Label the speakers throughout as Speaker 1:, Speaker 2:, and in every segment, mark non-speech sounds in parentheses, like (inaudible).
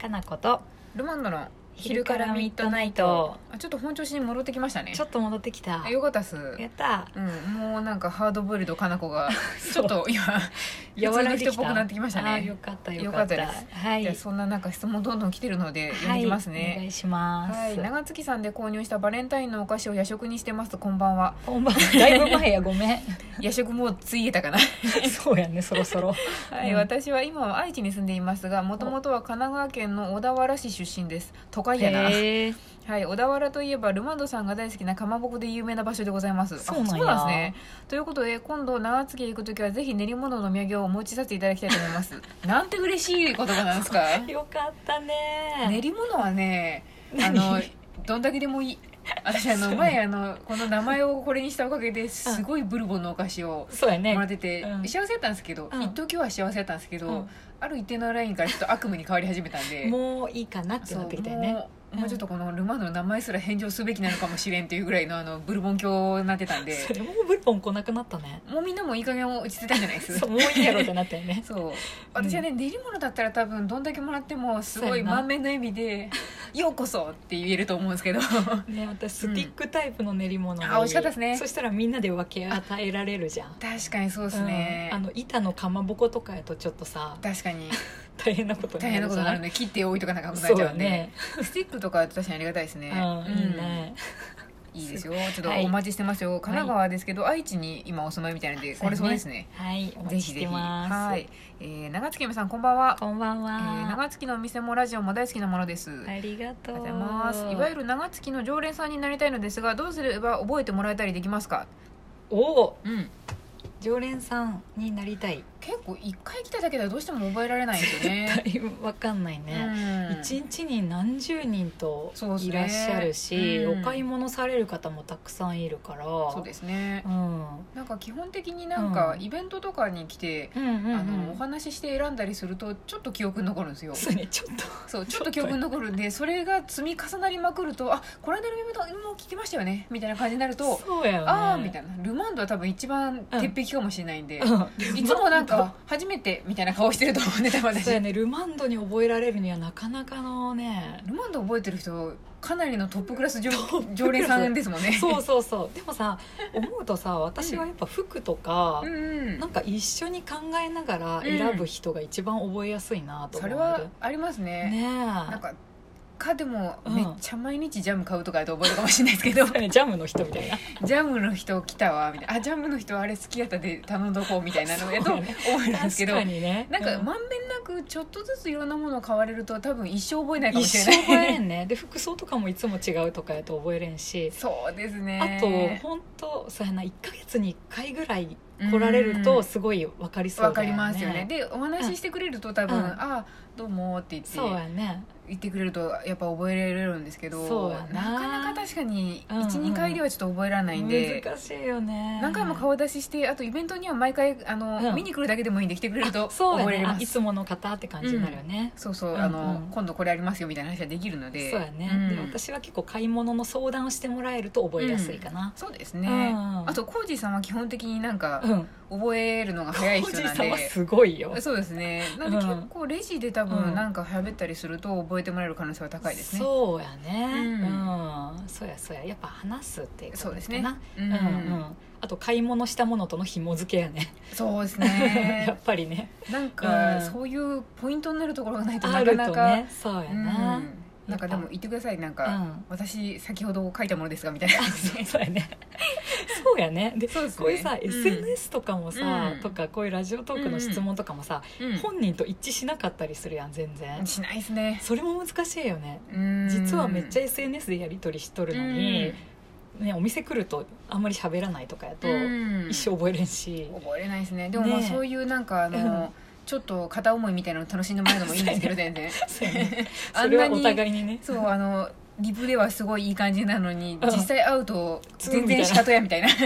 Speaker 1: かなこと
Speaker 2: ルマンドの
Speaker 1: 昼からミッドナイト
Speaker 2: あちょっと本調子に戻ってきましたね
Speaker 1: ちょっと戻ってきた
Speaker 2: あよかったっす
Speaker 1: やった
Speaker 2: うん、もうなんかハードボイルドかな
Speaker 1: (laughs)
Speaker 2: 子がち
Speaker 1: そ
Speaker 2: ょ
Speaker 1: う
Speaker 2: っと今
Speaker 1: 柔
Speaker 2: 普通
Speaker 1: ら
Speaker 2: の
Speaker 1: い
Speaker 2: 人っぽくなってきました
Speaker 1: あ
Speaker 2: ね
Speaker 1: よかったよかった
Speaker 2: よかったで
Speaker 1: はいい
Speaker 2: やそんななんか質問どんどん来てるので読んできます
Speaker 1: はい、お願
Speaker 2: ね、
Speaker 1: いします、
Speaker 2: はい長月さんで購入したバレンタインのお菓子を夜食にしてますこんば
Speaker 1: (laughs)
Speaker 2: んは
Speaker 1: 本
Speaker 2: (laughs)
Speaker 1: 番だいぶ前やごめん (laughs)
Speaker 2: 夜食もうついえたかな
Speaker 1: そうやねそろそろ
Speaker 2: はい、
Speaker 1: うん
Speaker 2: 私は今は愛知に住んでいますがもともとは神奈川県の小田原市出身です都会やな
Speaker 1: へえ
Speaker 2: はい、小田原といえばルマンドさんが大好きなかまぼこで有名な場所でございます。あ
Speaker 1: そうなんや
Speaker 2: そうなんですね。ということで今度長月へ行くときはぜひ練り物のお土産をお持ちさせていただきたいと思います。
Speaker 1: (laughs)
Speaker 2: なんて嬉しい言葉なんですか。
Speaker 1: よかった
Speaker 2: 練
Speaker 1: ね
Speaker 2: り物はね、
Speaker 1: (laughs)
Speaker 2: あのどんだけでもいい。私あ
Speaker 1: そう
Speaker 2: の
Speaker 1: ね
Speaker 2: 前あのこの名前をこれにしたおかげですごいブルボンのお菓子を。
Speaker 1: そうやね
Speaker 2: もらってて、
Speaker 1: うん
Speaker 2: 幸せだったんですけど、
Speaker 1: うん
Speaker 2: 一時は幸せだったんですけど、
Speaker 1: うん
Speaker 2: ある一定のラインからちょっと悪夢に変わり始めたんで
Speaker 1: もういいかなって
Speaker 2: そう
Speaker 1: なってきたよね
Speaker 2: もうもうちょっとこのルマンドの名前すら返上すべきなのかもしれんっていうぐらいのあのブルボン教になってたんで
Speaker 1: それもうブルボン来なくなったね
Speaker 2: もうみんなもいい加減落ち着いたんじゃないです
Speaker 1: そうもういいやろってなったよね
Speaker 2: (laughs) そう私はね、練り物だったら多分どんだけもらってもす
Speaker 1: そ
Speaker 2: ご
Speaker 1: う
Speaker 2: い
Speaker 1: やな
Speaker 2: 満面の笑みで「ようこそ!」って言えると思うんですけ (laughs) ど
Speaker 1: ね私スティックタイプの練り物がいい
Speaker 2: あ美味しかったですね
Speaker 1: そしたらみんなで分け与えられるじゃん
Speaker 2: 確かにそうですね、
Speaker 1: うんあの板のかまぼことかやとちょっとさ
Speaker 2: 確かに
Speaker 1: 大変なことに
Speaker 2: 大変な
Speaker 1: なる
Speaker 2: こと
Speaker 1: じ
Speaker 2: にな
Speaker 1: ゃ
Speaker 2: る
Speaker 1: ん
Speaker 2: んで切っておいとかなんかもな
Speaker 1: そ
Speaker 2: っ
Speaker 1: う
Speaker 2: ちゃ
Speaker 1: よ
Speaker 2: うんで、
Speaker 1: ね
Speaker 2: スティックとかは確かにありがたいですね、
Speaker 1: うんいいね
Speaker 2: いいですよちょっ
Speaker 1: は
Speaker 2: と
Speaker 1: い
Speaker 2: お待ちしてますよ、神奈川ですけど愛知に今お住まいみたいなんでこれそうですね
Speaker 1: はいお
Speaker 2: ぜ
Speaker 1: 待ち
Speaker 2: ひ
Speaker 1: し
Speaker 2: ぜひ。
Speaker 1: てます
Speaker 2: はい。えー、長月ゆめさんこんばんは。
Speaker 1: こんばん
Speaker 2: えー、
Speaker 1: は、
Speaker 2: 長月のお店もラジオも大好きなものです。あり
Speaker 1: ありがとう
Speaker 2: がとうございます。いわゆ
Speaker 1: る
Speaker 2: る長月の常連さんになりたいのですが、どうすれば覚えてもらえたりできますか。
Speaker 1: おお
Speaker 2: うん。
Speaker 1: 常連さんになりたい
Speaker 2: 結構一回来ただけではどうしても覚えら
Speaker 1: (laughs)
Speaker 2: れないんですよね。
Speaker 1: 大分わかんないね、
Speaker 2: うん
Speaker 1: 一日に何十人と
Speaker 2: そうです
Speaker 1: い
Speaker 2: ね
Speaker 1: らっしゃるし、
Speaker 2: うん
Speaker 1: お買い物される方もたくさんいるから
Speaker 2: そうですね
Speaker 1: う。ん、うん
Speaker 2: なんか基本的になんか
Speaker 1: うん
Speaker 2: イベントとかに来て。
Speaker 1: うんうん
Speaker 2: あのお話しして選んだりするとちょっと記憶に残るんですよ
Speaker 1: そうねちょっと
Speaker 2: そうちょっと記憶に残るんでそれが積み重なりまくるとあこの間の夢も聞きましたよねみたいな感じになると
Speaker 1: そうやよね
Speaker 2: ああみたいなルマンドは多分一番鉄壁かもしれないんで、
Speaker 1: うん
Speaker 2: いつもなんか初めてみたいな顔してると思うんで多分
Speaker 1: そう
Speaker 2: 私
Speaker 1: やねルマンドに覚えられるにはなかなかのね
Speaker 2: ルマンド覚えてる人かなりのトップクラス常
Speaker 1: ップクラス
Speaker 2: 常連さんですもんね
Speaker 1: そうそうそうでもさ思うとさ私はやっぱ服とか、
Speaker 2: うんうん
Speaker 1: なんか一緒に考えながら選ぶ人が一番覚えやすいなと
Speaker 2: そ
Speaker 1: 思う
Speaker 2: れ
Speaker 1: ので
Speaker 2: はありますね
Speaker 1: ねえ
Speaker 2: なんかかでも
Speaker 1: うん
Speaker 2: めっちゃ毎日ジャム買うとかやと覚えるかもしれないです
Speaker 1: (laughs)
Speaker 2: けど
Speaker 1: ジャムの人みたいな
Speaker 2: ジャムの人来たわみたいなあジャムの人あれ好きやったで頼んどこうみたいなのやと
Speaker 1: そう
Speaker 2: 覚
Speaker 1: ね
Speaker 2: えるんです
Speaker 1: 確
Speaker 2: けど
Speaker 1: かにね
Speaker 2: なんか
Speaker 1: う
Speaker 2: まんべんなくちょっとずついろんなものを買われると多分一生覚えないかも
Speaker 1: 一
Speaker 2: し
Speaker 1: 生
Speaker 2: れない
Speaker 1: 覚えれんねで服装とかもいつも違うとかやと覚えれんし
Speaker 2: そうです
Speaker 1: あ
Speaker 2: ね
Speaker 1: と本当そうやな1ヶ月に1回ぐらい来られるとすごい分かりそうだ
Speaker 2: わ
Speaker 1: よね
Speaker 2: かりますよねでお話ししてくれると多分「
Speaker 1: うん
Speaker 2: ああどうも」って言って
Speaker 1: そうやね
Speaker 2: 言ってくれるとやっぱ覚えられるんですけ
Speaker 1: そう
Speaker 2: ど
Speaker 1: や
Speaker 2: な
Speaker 1: な
Speaker 2: かなか確かに
Speaker 1: うんうん
Speaker 2: 12、回ではちょっと覚えられないんで
Speaker 1: 難しいよね
Speaker 2: 何回も顔出ししてあとイベントには毎回あの、
Speaker 1: うん
Speaker 2: 見に来るだけでもいいんで来てくれると
Speaker 1: そうや
Speaker 2: 覚えられ
Speaker 1: ね
Speaker 2: ま
Speaker 1: あ
Speaker 2: す
Speaker 1: いつもの方って感じになるよね、
Speaker 2: そうそう、
Speaker 1: うんうん
Speaker 2: あの今度これありますよみたいな話ができるので
Speaker 1: そうやね、
Speaker 2: うん
Speaker 1: で私は結構買い物の相談をしてもらえると覚えやすいかな、
Speaker 2: そうです
Speaker 1: うん
Speaker 2: ね、
Speaker 1: うん
Speaker 2: あとコージーさんは基本的になんか
Speaker 1: うん
Speaker 2: 覚えるのが早い人なん
Speaker 1: さんは
Speaker 2: です
Speaker 1: ごいよ
Speaker 2: そうですねなんで
Speaker 1: うん
Speaker 2: 結構レジで多
Speaker 1: う
Speaker 2: 分
Speaker 1: ん
Speaker 2: なんか喋ったりすると覚えてもらえる可能性は高いですね
Speaker 1: そうやね
Speaker 2: う
Speaker 1: うん、そうやそうややっぱ話すっていうこと
Speaker 2: そうですね
Speaker 1: かな
Speaker 2: う
Speaker 1: うん
Speaker 2: ん、
Speaker 1: うんあと買い物したものとの紐付けやね
Speaker 2: そうで
Speaker 1: (laughs)
Speaker 2: す
Speaker 1: や
Speaker 2: ね
Speaker 1: っぱりね
Speaker 2: なんか、
Speaker 1: うん
Speaker 2: そういうポイントになるところがないと
Speaker 1: あ
Speaker 2: なか
Speaker 1: る
Speaker 2: な
Speaker 1: と
Speaker 2: か、
Speaker 1: ねそうや
Speaker 2: うん
Speaker 1: な、
Speaker 2: なんかでも言ってくださいなん
Speaker 1: う
Speaker 2: か、
Speaker 1: ん
Speaker 2: 私先ほど書いたものですがみたいな
Speaker 1: あそうそうやねそうやねで
Speaker 2: そうですね
Speaker 1: こういうさ、
Speaker 2: うん
Speaker 1: SNS とかもさ、
Speaker 2: うん
Speaker 1: とかこういうラジオトークの質問とかもさ、
Speaker 2: うん
Speaker 1: 本人と一致しなかったりするやん全然
Speaker 2: しないですね
Speaker 1: それも難しいよね
Speaker 2: うん
Speaker 1: 実はめっちゃ
Speaker 2: い
Speaker 1: SNS でやり取りしとるのに、ね、お店来るとあんまり喋らないとかやと一生覚えれんし、
Speaker 2: 覚えれないですねでもまあ
Speaker 1: ねえ
Speaker 2: そういうなんかあ
Speaker 1: う
Speaker 2: のちょっと片思いみたいなの楽しんでもらうのもいいんですけど全然
Speaker 1: (laughs) そうやね (laughs)
Speaker 2: あ
Speaker 1: そ
Speaker 2: ん
Speaker 1: れ
Speaker 2: な
Speaker 1: はお
Speaker 2: に
Speaker 1: 互いにね
Speaker 2: そうあのリプではすごいいい感じなのに
Speaker 1: うん
Speaker 2: 実際会うと
Speaker 1: ツー
Speaker 2: 全
Speaker 1: みたい
Speaker 2: 然
Speaker 1: な
Speaker 2: 仕方やみたいな
Speaker 1: そ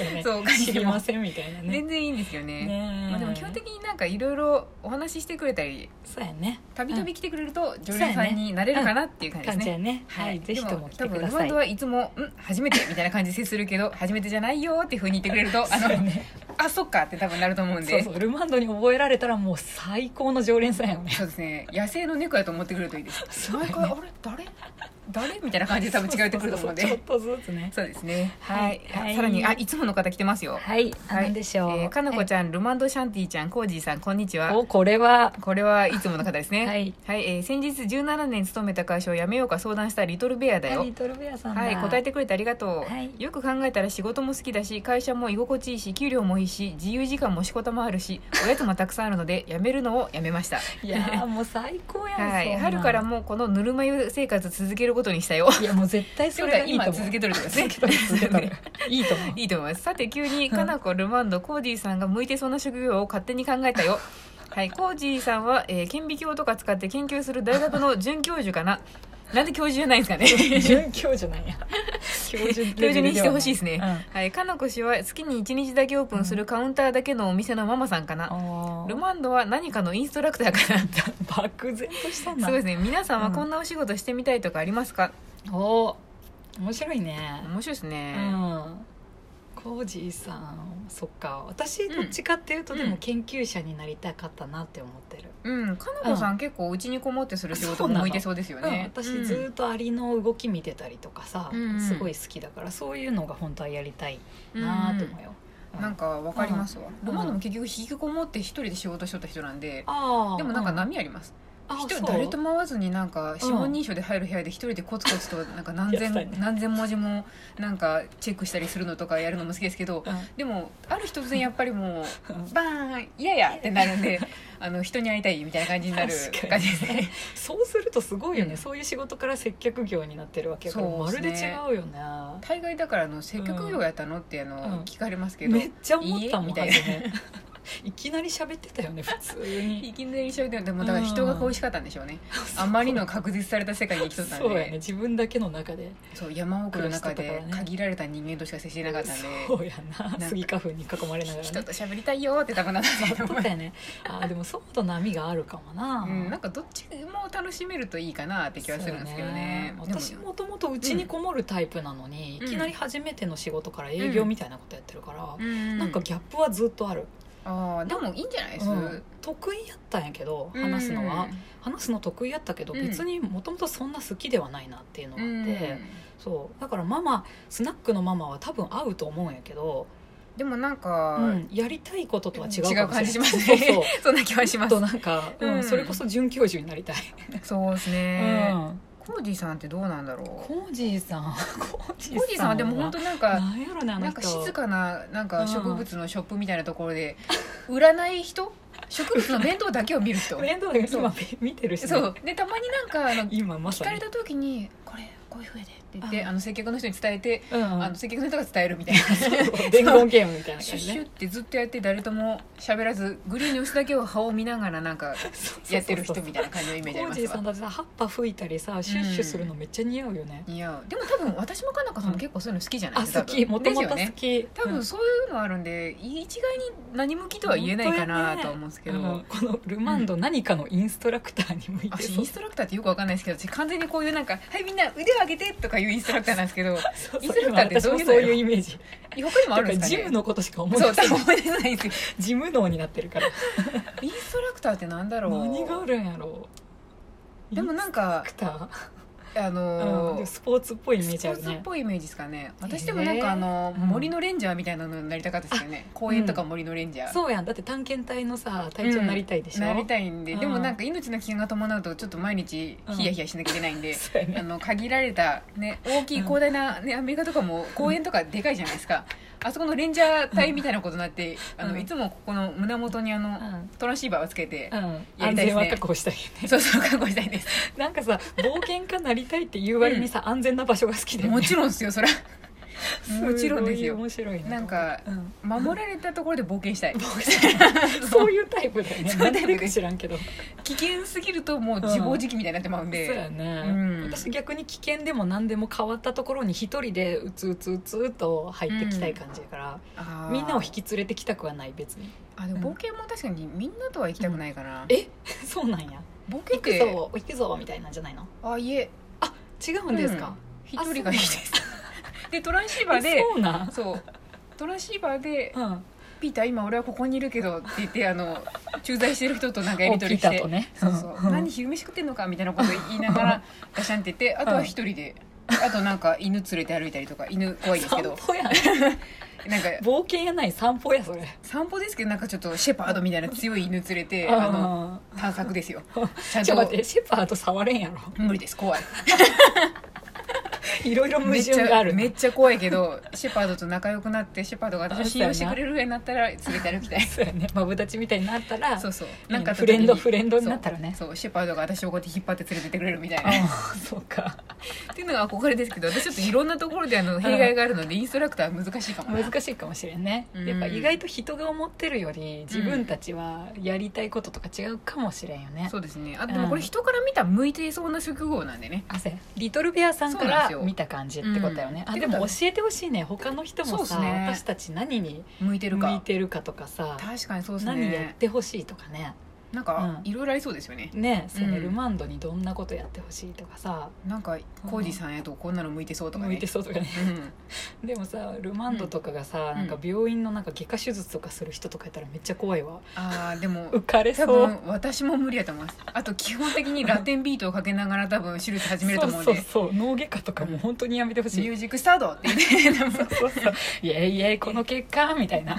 Speaker 1: うやね
Speaker 2: そう感じ
Speaker 1: 知
Speaker 2: で
Speaker 1: り
Speaker 2: も
Speaker 1: ませんみたいなね
Speaker 2: (laughs) 全然いいんですよね
Speaker 1: ねえ
Speaker 2: まあ、でも基本的になんかいろいろお話ししてくれたり
Speaker 1: そうやね
Speaker 2: たびたび来てくれると常
Speaker 1: そう
Speaker 2: 連
Speaker 1: や
Speaker 2: さ
Speaker 1: ね
Speaker 2: んになれるかなっていう感じです
Speaker 1: 感じや
Speaker 2: ね
Speaker 1: ねはい、ぜひとも来てくださ
Speaker 2: でも多分ルマン
Speaker 1: い
Speaker 2: ドはいつも「ん初めて」みたいな感じで接するけど「初めてじゃないよ」っていうふうに言ってくれるとあ
Speaker 1: そうや
Speaker 2: の
Speaker 1: ね
Speaker 2: あそっかって多分なると思うんで
Speaker 1: そうそうルマンドに覚えられたらもう最高の常連さんやよね
Speaker 2: そうですね野生の猫やと思ってくるといいです
Speaker 1: そうやね
Speaker 2: 毎回あれ誰誰みたいな感じで多分違えてくると思うんで
Speaker 1: そうそうそうちょっとずつね
Speaker 2: そうですねはい、
Speaker 1: はい
Speaker 2: さらにあいつもの方来てますよ
Speaker 1: はい
Speaker 2: はい
Speaker 1: 何でしょう、
Speaker 2: えーかなこちゃん、ルマンドシャンティちゃんコージーさんこんにちは
Speaker 1: おこれは
Speaker 2: これはいつもの方です
Speaker 1: (laughs)
Speaker 2: ね
Speaker 1: はい、
Speaker 2: えー先日17年勤めた会社を辞めようか相談したリトルベアだよ
Speaker 1: リトルベアさんだ
Speaker 2: はい答えてくれてありがとう、
Speaker 1: はい
Speaker 2: よく考えたら仕事も好きだし会社も居心地いいし給料もいいし自由時間も仕事もあるしおやつもたくさんあるので辞めるのを辞め
Speaker 1: (laughs)
Speaker 2: ました
Speaker 1: いやーもう最高やん
Speaker 2: は
Speaker 1: そん
Speaker 2: い、
Speaker 1: なん
Speaker 2: 春からもうこのぬるま湯生活続けることにしたよ。
Speaker 1: いやもう絶対それがいいと
Speaker 2: 今
Speaker 1: 思う
Speaker 2: 続けとるってことですね。
Speaker 1: 続けとる続けとる (laughs) いいと思う
Speaker 2: (laughs) いいと思います。さて急にかなこルマンドコージーさんが向いてそうな職業を勝手に考えた
Speaker 1: (laughs)
Speaker 2: よ。はい、コージーさんは、えー顕微鏡とか使って研究する大学の准教授かな。なんで教授じゃないんですかね。
Speaker 1: (laughs) 準教授なんや教授レ
Speaker 2: 教
Speaker 1: ベ
Speaker 2: 授
Speaker 1: ルではな
Speaker 2: にしてほしいですね。
Speaker 1: う
Speaker 2: はい、かなこ氏は月に1日だけオープンするカウンターだけのお店のママさんかな。
Speaker 1: ん、
Speaker 2: ル
Speaker 1: ルマ
Speaker 2: マンドは何かのインストラクターか
Speaker 1: (laughs)
Speaker 2: な。
Speaker 1: 漠然としたんだ
Speaker 2: そうですね。皆さんはこんなお仕事してみたいとかありますか。
Speaker 1: おー面白いね
Speaker 2: 面白いです
Speaker 1: う
Speaker 2: ね。
Speaker 1: んコージーさんそっか私どっちかっていうと、
Speaker 2: うん
Speaker 1: でも研究者になりたかったなって思ってる、
Speaker 2: うん、かなこさん、結構うちにこもってする仕事も向いてそうですよ
Speaker 1: うん、
Speaker 2: ね。
Speaker 1: 私ずーっとアリの動き見てたりとかさ、
Speaker 2: うん
Speaker 1: すごい好きだからそういうのが本当はやりたいなーと思うよ、
Speaker 2: うんなん
Speaker 1: か
Speaker 2: かわかりますわ。
Speaker 1: ん
Speaker 2: ロマンドも結局引きこもって一人で仕事しとった人なんで。
Speaker 1: あー
Speaker 2: でもなんか
Speaker 1: う
Speaker 2: 波あります。
Speaker 1: あ
Speaker 2: 一人
Speaker 1: そう
Speaker 2: 誰とも会わずになんか指紋
Speaker 1: うん
Speaker 2: 認証で入る部屋で一人でコツコツとなんか何
Speaker 1: やっ
Speaker 2: 千
Speaker 1: てたね
Speaker 2: 何千文字もなんかチェックしたりするのとかやるのも好きですけど。
Speaker 1: うん
Speaker 2: でもある日突然やっぱりもう
Speaker 1: うん
Speaker 2: バーン嫌やってなるんであの人に会いたいみたいな感じになる
Speaker 1: 確かに
Speaker 2: 感じですね。
Speaker 1: (laughs) そうするとすごいよね、
Speaker 2: うん
Speaker 1: そういう仕事から接客業になってるわけだから、
Speaker 2: そう
Speaker 1: ま
Speaker 2: で
Speaker 1: る
Speaker 2: す
Speaker 1: で
Speaker 2: ね
Speaker 1: 違うよね
Speaker 2: 大概だからあの接客業やったのってあ
Speaker 1: うん
Speaker 2: の聞かれますけど、
Speaker 1: めっちゃ思ったもん
Speaker 2: いいえみたいな
Speaker 1: 初め (laughs) いきなり喋ってたよね普通に
Speaker 2: (laughs) いきなり喋ってるでもだから人が恋しかったんでしょうね、あまりの確実された世界に生きとったんで
Speaker 1: そうやね自分だけの中で
Speaker 2: そう山奥の中
Speaker 1: 苦労したと
Speaker 2: で
Speaker 1: ころね
Speaker 2: 限られた人間としか接していなかったんで
Speaker 1: そうや
Speaker 2: ん
Speaker 1: な
Speaker 2: か
Speaker 1: スギ花粉に囲まれながら
Speaker 2: 人
Speaker 1: ね
Speaker 2: と喋りたいよって多分なったと
Speaker 1: そ
Speaker 2: 思
Speaker 1: う
Speaker 2: う
Speaker 1: だよねあーでもそうと波があるかもな、
Speaker 2: うん、なんかどっちも楽しめるといいかなって気はするんですけどね
Speaker 1: そう
Speaker 2: で
Speaker 1: ね
Speaker 2: も
Speaker 1: 私もともとうちにこもるタイプなのに、
Speaker 2: うん
Speaker 1: いきなり初めての仕事から営業みたいなことやってるから、
Speaker 2: うん
Speaker 1: なんかギャップはずっとある、
Speaker 2: あーでもいいんじゃないです、
Speaker 1: うん得意やったんやけど話すのは、話すの得意やったけど
Speaker 2: うん
Speaker 1: 別にもともとそんな好きではないなっていうの
Speaker 2: う
Speaker 1: があっ
Speaker 2: ん、
Speaker 1: て、そうだからママスナックのママは多分合うと思うんやけど、
Speaker 2: でもなんか、
Speaker 1: うん、やりたいこととは違うかもしれない
Speaker 2: 感じします
Speaker 1: そうそう
Speaker 2: ねそんな気は (laughs) し
Speaker 1: ちょっ
Speaker 2: ます
Speaker 1: となんか、うん
Speaker 2: うん
Speaker 1: それこそ准教授になりたい、
Speaker 2: そうです
Speaker 1: う
Speaker 2: ね、
Speaker 1: ん、
Speaker 2: コージーさんってどうなんだろう
Speaker 1: コージーさん (laughs) コージーさん
Speaker 2: コージーさんはでも本当なんか
Speaker 1: なんやろねあ
Speaker 2: な
Speaker 1: の
Speaker 2: んか
Speaker 1: 人
Speaker 2: 静かななんか植物のショップみたいなところで売らない人植物の面倒だけを見る人
Speaker 1: 面倒だけど今 (laughs) 見てるしね、
Speaker 2: (laughs) そうでたまになんかあの
Speaker 1: 今ま
Speaker 2: 聞
Speaker 1: さ
Speaker 2: か
Speaker 1: に
Speaker 2: れた時に「これこういうふうで」って言って
Speaker 1: あ
Speaker 2: あの接客の人に伝えて、
Speaker 1: うん (laughs)
Speaker 2: あの接客の人が伝えるみたい (laughs) な
Speaker 1: そう伝言ゲームみたいな
Speaker 2: シ
Speaker 1: 感
Speaker 2: ュ
Speaker 1: じ
Speaker 2: ッシュ
Speaker 1: ね
Speaker 2: ってずっとやって誰とも喋らずグリーンの薄だけを葉を見ながらなんか
Speaker 1: そうそうそう
Speaker 2: やってる人みたいな感じのイメージあ
Speaker 1: コー
Speaker 2: りま
Speaker 1: ジー
Speaker 2: す
Speaker 1: さん
Speaker 2: わ
Speaker 1: だってさ葉っぱ吹いたりさシュッシュするのめっちゃ似合うよね、
Speaker 2: 似合うでも多分私もかなこさんも結構そういうの好きじゃない
Speaker 1: あ
Speaker 2: ですか
Speaker 1: 好き
Speaker 2: 多
Speaker 1: も
Speaker 2: 分
Speaker 1: ともと
Speaker 2: ですよ
Speaker 1: 好
Speaker 2: ね
Speaker 1: き、
Speaker 2: 多分そういうのあるんで、一概に何向きとは言えないかなとは思うんですけど、
Speaker 1: うんこのルマンド何かのインストラクターに向いて
Speaker 2: 私
Speaker 1: そ
Speaker 2: イ
Speaker 1: う
Speaker 2: ンストラクターってよくわかんないですけど私完全にこういうなんか「はいみんな腕を上げて」とかいうインストラクターなんですけ (laughs) ど
Speaker 1: そうそう
Speaker 2: インストラクターってどう
Speaker 1: 今私もそ
Speaker 2: いうの
Speaker 1: う
Speaker 2: よ
Speaker 1: いうイメージ
Speaker 2: 他にも
Speaker 1: だ
Speaker 2: ある
Speaker 1: か
Speaker 2: んで
Speaker 1: ら
Speaker 2: すか
Speaker 1: ジ
Speaker 2: ね
Speaker 1: ムのことしか思い出
Speaker 2: そう
Speaker 1: せない
Speaker 2: 多分思い出せないですよ
Speaker 1: ジム脳になってるから
Speaker 2: インストラクターってなんだろう
Speaker 1: 何があるんやろう
Speaker 2: でもなんか
Speaker 1: インストラクタ
Speaker 2: あ
Speaker 1: ー、うんで
Speaker 2: のー
Speaker 1: もスポーツっぽいイメー
Speaker 2: ス
Speaker 1: ジ
Speaker 2: ポ
Speaker 1: あ
Speaker 2: ー
Speaker 1: る
Speaker 2: ツっ
Speaker 1: ね
Speaker 2: ぽいイメージですかね私で
Speaker 1: え
Speaker 2: も
Speaker 1: ー
Speaker 2: なんかあの
Speaker 1: うん
Speaker 2: 森のレンジャーみたいなのになりたかったですよね公園とか森のレンジャー
Speaker 1: そうやんだって探検隊のさ隊長になりたいでしょ、
Speaker 2: なりたいんで、
Speaker 1: うん
Speaker 2: でもなんか命の危険が伴うとちょっと毎日ヒヤヒヤしなきゃいけないんで、
Speaker 1: そうや
Speaker 2: あ
Speaker 1: ね
Speaker 2: の限られた、ね、大きい広大な、ね、アメリカとかも公園とかでかいじゃないですかあそこのレンジャー隊みたいなことになってあ
Speaker 1: う
Speaker 2: の
Speaker 1: ん
Speaker 2: いつもここの胸元にあの
Speaker 1: うん
Speaker 2: トランシーバーをつけて
Speaker 1: う。ん、
Speaker 2: やり
Speaker 1: 安
Speaker 2: たいですね
Speaker 1: 全は確保したいよね (laughs)
Speaker 2: そうそう覚悟したいです
Speaker 1: なんかさ冒険家なりたいって言う割にさ、安全な場所が好きで、ね、
Speaker 2: もちろんですよそれは
Speaker 1: (laughs)
Speaker 2: もちろんですよ
Speaker 1: ごい面白いね
Speaker 2: なんか
Speaker 1: うん
Speaker 2: 守られたところで冒険したい
Speaker 1: そういうタイプだよね
Speaker 2: そうい
Speaker 1: 何
Speaker 2: うタイプです
Speaker 1: でか知らんけど
Speaker 2: 危険すぎるともう自暴自棄みたいになってまうん
Speaker 1: そうや
Speaker 2: で、
Speaker 1: ね、
Speaker 2: うん
Speaker 1: 私逆に危険でも何でも変わったところに一人でうつうつうつうと入ってきたい感じやから、
Speaker 2: あー
Speaker 1: みんなを引き連れてきたくはない別に
Speaker 2: あでも冒険も確かにみんなとは行きたくないかな、
Speaker 1: えそうなんや
Speaker 2: 冒険
Speaker 1: 行
Speaker 2: っ
Speaker 1: く
Speaker 2: て
Speaker 1: ぞ行くぞみたいなんじゃないの
Speaker 2: あいえ
Speaker 1: 違うんですか、
Speaker 2: 一人がいいですでトランシーバー
Speaker 1: え
Speaker 2: で
Speaker 1: そうなん
Speaker 2: そうトランシーバーで
Speaker 1: うん
Speaker 2: 「ピーター今俺はここにいるけど」って言ってあの駐在してる人となんかや
Speaker 1: お
Speaker 2: り取りして
Speaker 1: ピーターとね
Speaker 2: そうそう
Speaker 1: うん
Speaker 2: 何昼飯食ってんのかみたいなこと言いながらガシャンって言ってあとは一人で。あとなんか犬連れて歩いたりとか犬怖いです
Speaker 1: 散
Speaker 2: けど
Speaker 1: 歩やん
Speaker 2: なんか
Speaker 1: 冒険やない散歩やそれ
Speaker 2: 散歩ですけどなんかちょっとシェパードみたいな強い犬連れてあの
Speaker 1: あ
Speaker 2: 探索ですよちゃ
Speaker 1: あ (laughs)
Speaker 2: ん
Speaker 1: ちょっと待っ
Speaker 2: と
Speaker 1: てシェパード触れんやろ
Speaker 2: 無理です怖い
Speaker 1: いろいろ矛
Speaker 2: めっ
Speaker 1: 盾
Speaker 2: ち
Speaker 1: があ
Speaker 2: ゃ
Speaker 1: る
Speaker 2: (laughs) めっちゃ怖いけどシェパードと仲良くなってシェパードが私を信用してくれるようになったら連れて歩きたい
Speaker 1: そうやねマブダチみたいになったら
Speaker 2: そうそう
Speaker 1: うん
Speaker 2: なんかあった
Speaker 1: フ
Speaker 2: 時
Speaker 1: レンドフレンドになったらね
Speaker 2: そうそうシェパードが私をこうやって引っ張って連れてってくれるみたいなっ
Speaker 1: ああ (laughs) そうか
Speaker 2: ていうのが憧れですけど私ちょっといろんなところであの弊害があるのでインストラクターは難しいかもな
Speaker 1: 難しいかもしれんね、
Speaker 2: うん
Speaker 1: やっぱ意外と人が思ってるより自分たちはやりたいこととか違うかもしれんよね、
Speaker 2: そうですねあでもこれ人から見たら向いていそうな職業なんでね
Speaker 1: あそうやリトルベアさんか
Speaker 2: そうなんで
Speaker 1: ら
Speaker 2: すよ
Speaker 1: 見た感じってことよね、
Speaker 2: うん
Speaker 1: あでも教えてほしいね他の人
Speaker 2: そう
Speaker 1: も
Speaker 2: っす
Speaker 1: さ、
Speaker 2: ね
Speaker 1: 私たち何に
Speaker 2: 向いてる
Speaker 1: 向い
Speaker 2: か
Speaker 1: てるかとかさ
Speaker 2: 確かにそうです
Speaker 1: 何やっ
Speaker 2: ね
Speaker 1: てほしいとかね
Speaker 2: なんか
Speaker 1: うん
Speaker 2: いろいろありそうですよね
Speaker 1: ねそうね
Speaker 2: うん
Speaker 1: ルマンドにどんなことやってほしいとかさ
Speaker 2: なんかコージさんやとこんなの向いてそうとか
Speaker 1: 向い
Speaker 2: ね
Speaker 1: てそうとかね
Speaker 2: うん
Speaker 1: でもさルマンドとかがさ、
Speaker 2: ん
Speaker 1: なんか病院のなんか外科手術とかする人とかやったらめっちゃ怖い
Speaker 2: (laughs)
Speaker 1: わ
Speaker 2: あーで
Speaker 1: (laughs)
Speaker 2: も
Speaker 1: 浮かれそ
Speaker 2: 多
Speaker 1: う
Speaker 2: 分私も無理やと思いますあと基本的にラテンビートをかけながら多分手術始めると思うんで
Speaker 1: そうそうそう脳外科とかも本当にやめてほしい、
Speaker 2: ミュージックスタートって言って
Speaker 1: そうそうそうイエイイエイこの結果みたいな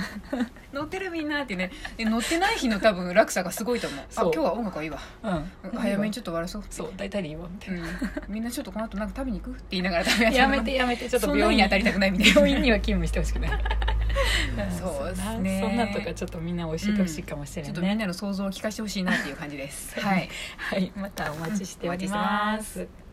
Speaker 2: 乗ってるみんなってねで乗ってない日の多分落差がすごいと思うあ
Speaker 1: そう
Speaker 2: 今日は音楽はいいわ
Speaker 1: うん
Speaker 2: 早めにちょっと終わらそう
Speaker 1: そう大体でいいわみたい
Speaker 2: うん、みんなちょっとこの後なんか食べに行くって言いながら食べ
Speaker 1: なやめてやめてち
Speaker 2: ちょ
Speaker 1: ょ
Speaker 2: っ
Speaker 1: っ
Speaker 2: と
Speaker 1: と病院
Speaker 2: 病院に
Speaker 1: に
Speaker 2: 当たりたくないみたいな
Speaker 1: 病院には勤務してほしくないん
Speaker 2: (laughs) そうっすね
Speaker 1: そんなんとかちょっとみんな教えてほしいかもしれ
Speaker 2: ち
Speaker 1: な
Speaker 2: ょ
Speaker 1: いね (laughs)
Speaker 2: っと、みんなの想像を聞かせてほしいなっていう感じですはい
Speaker 1: はいまたお待ちしており
Speaker 2: うんお待ちしてま
Speaker 1: ますす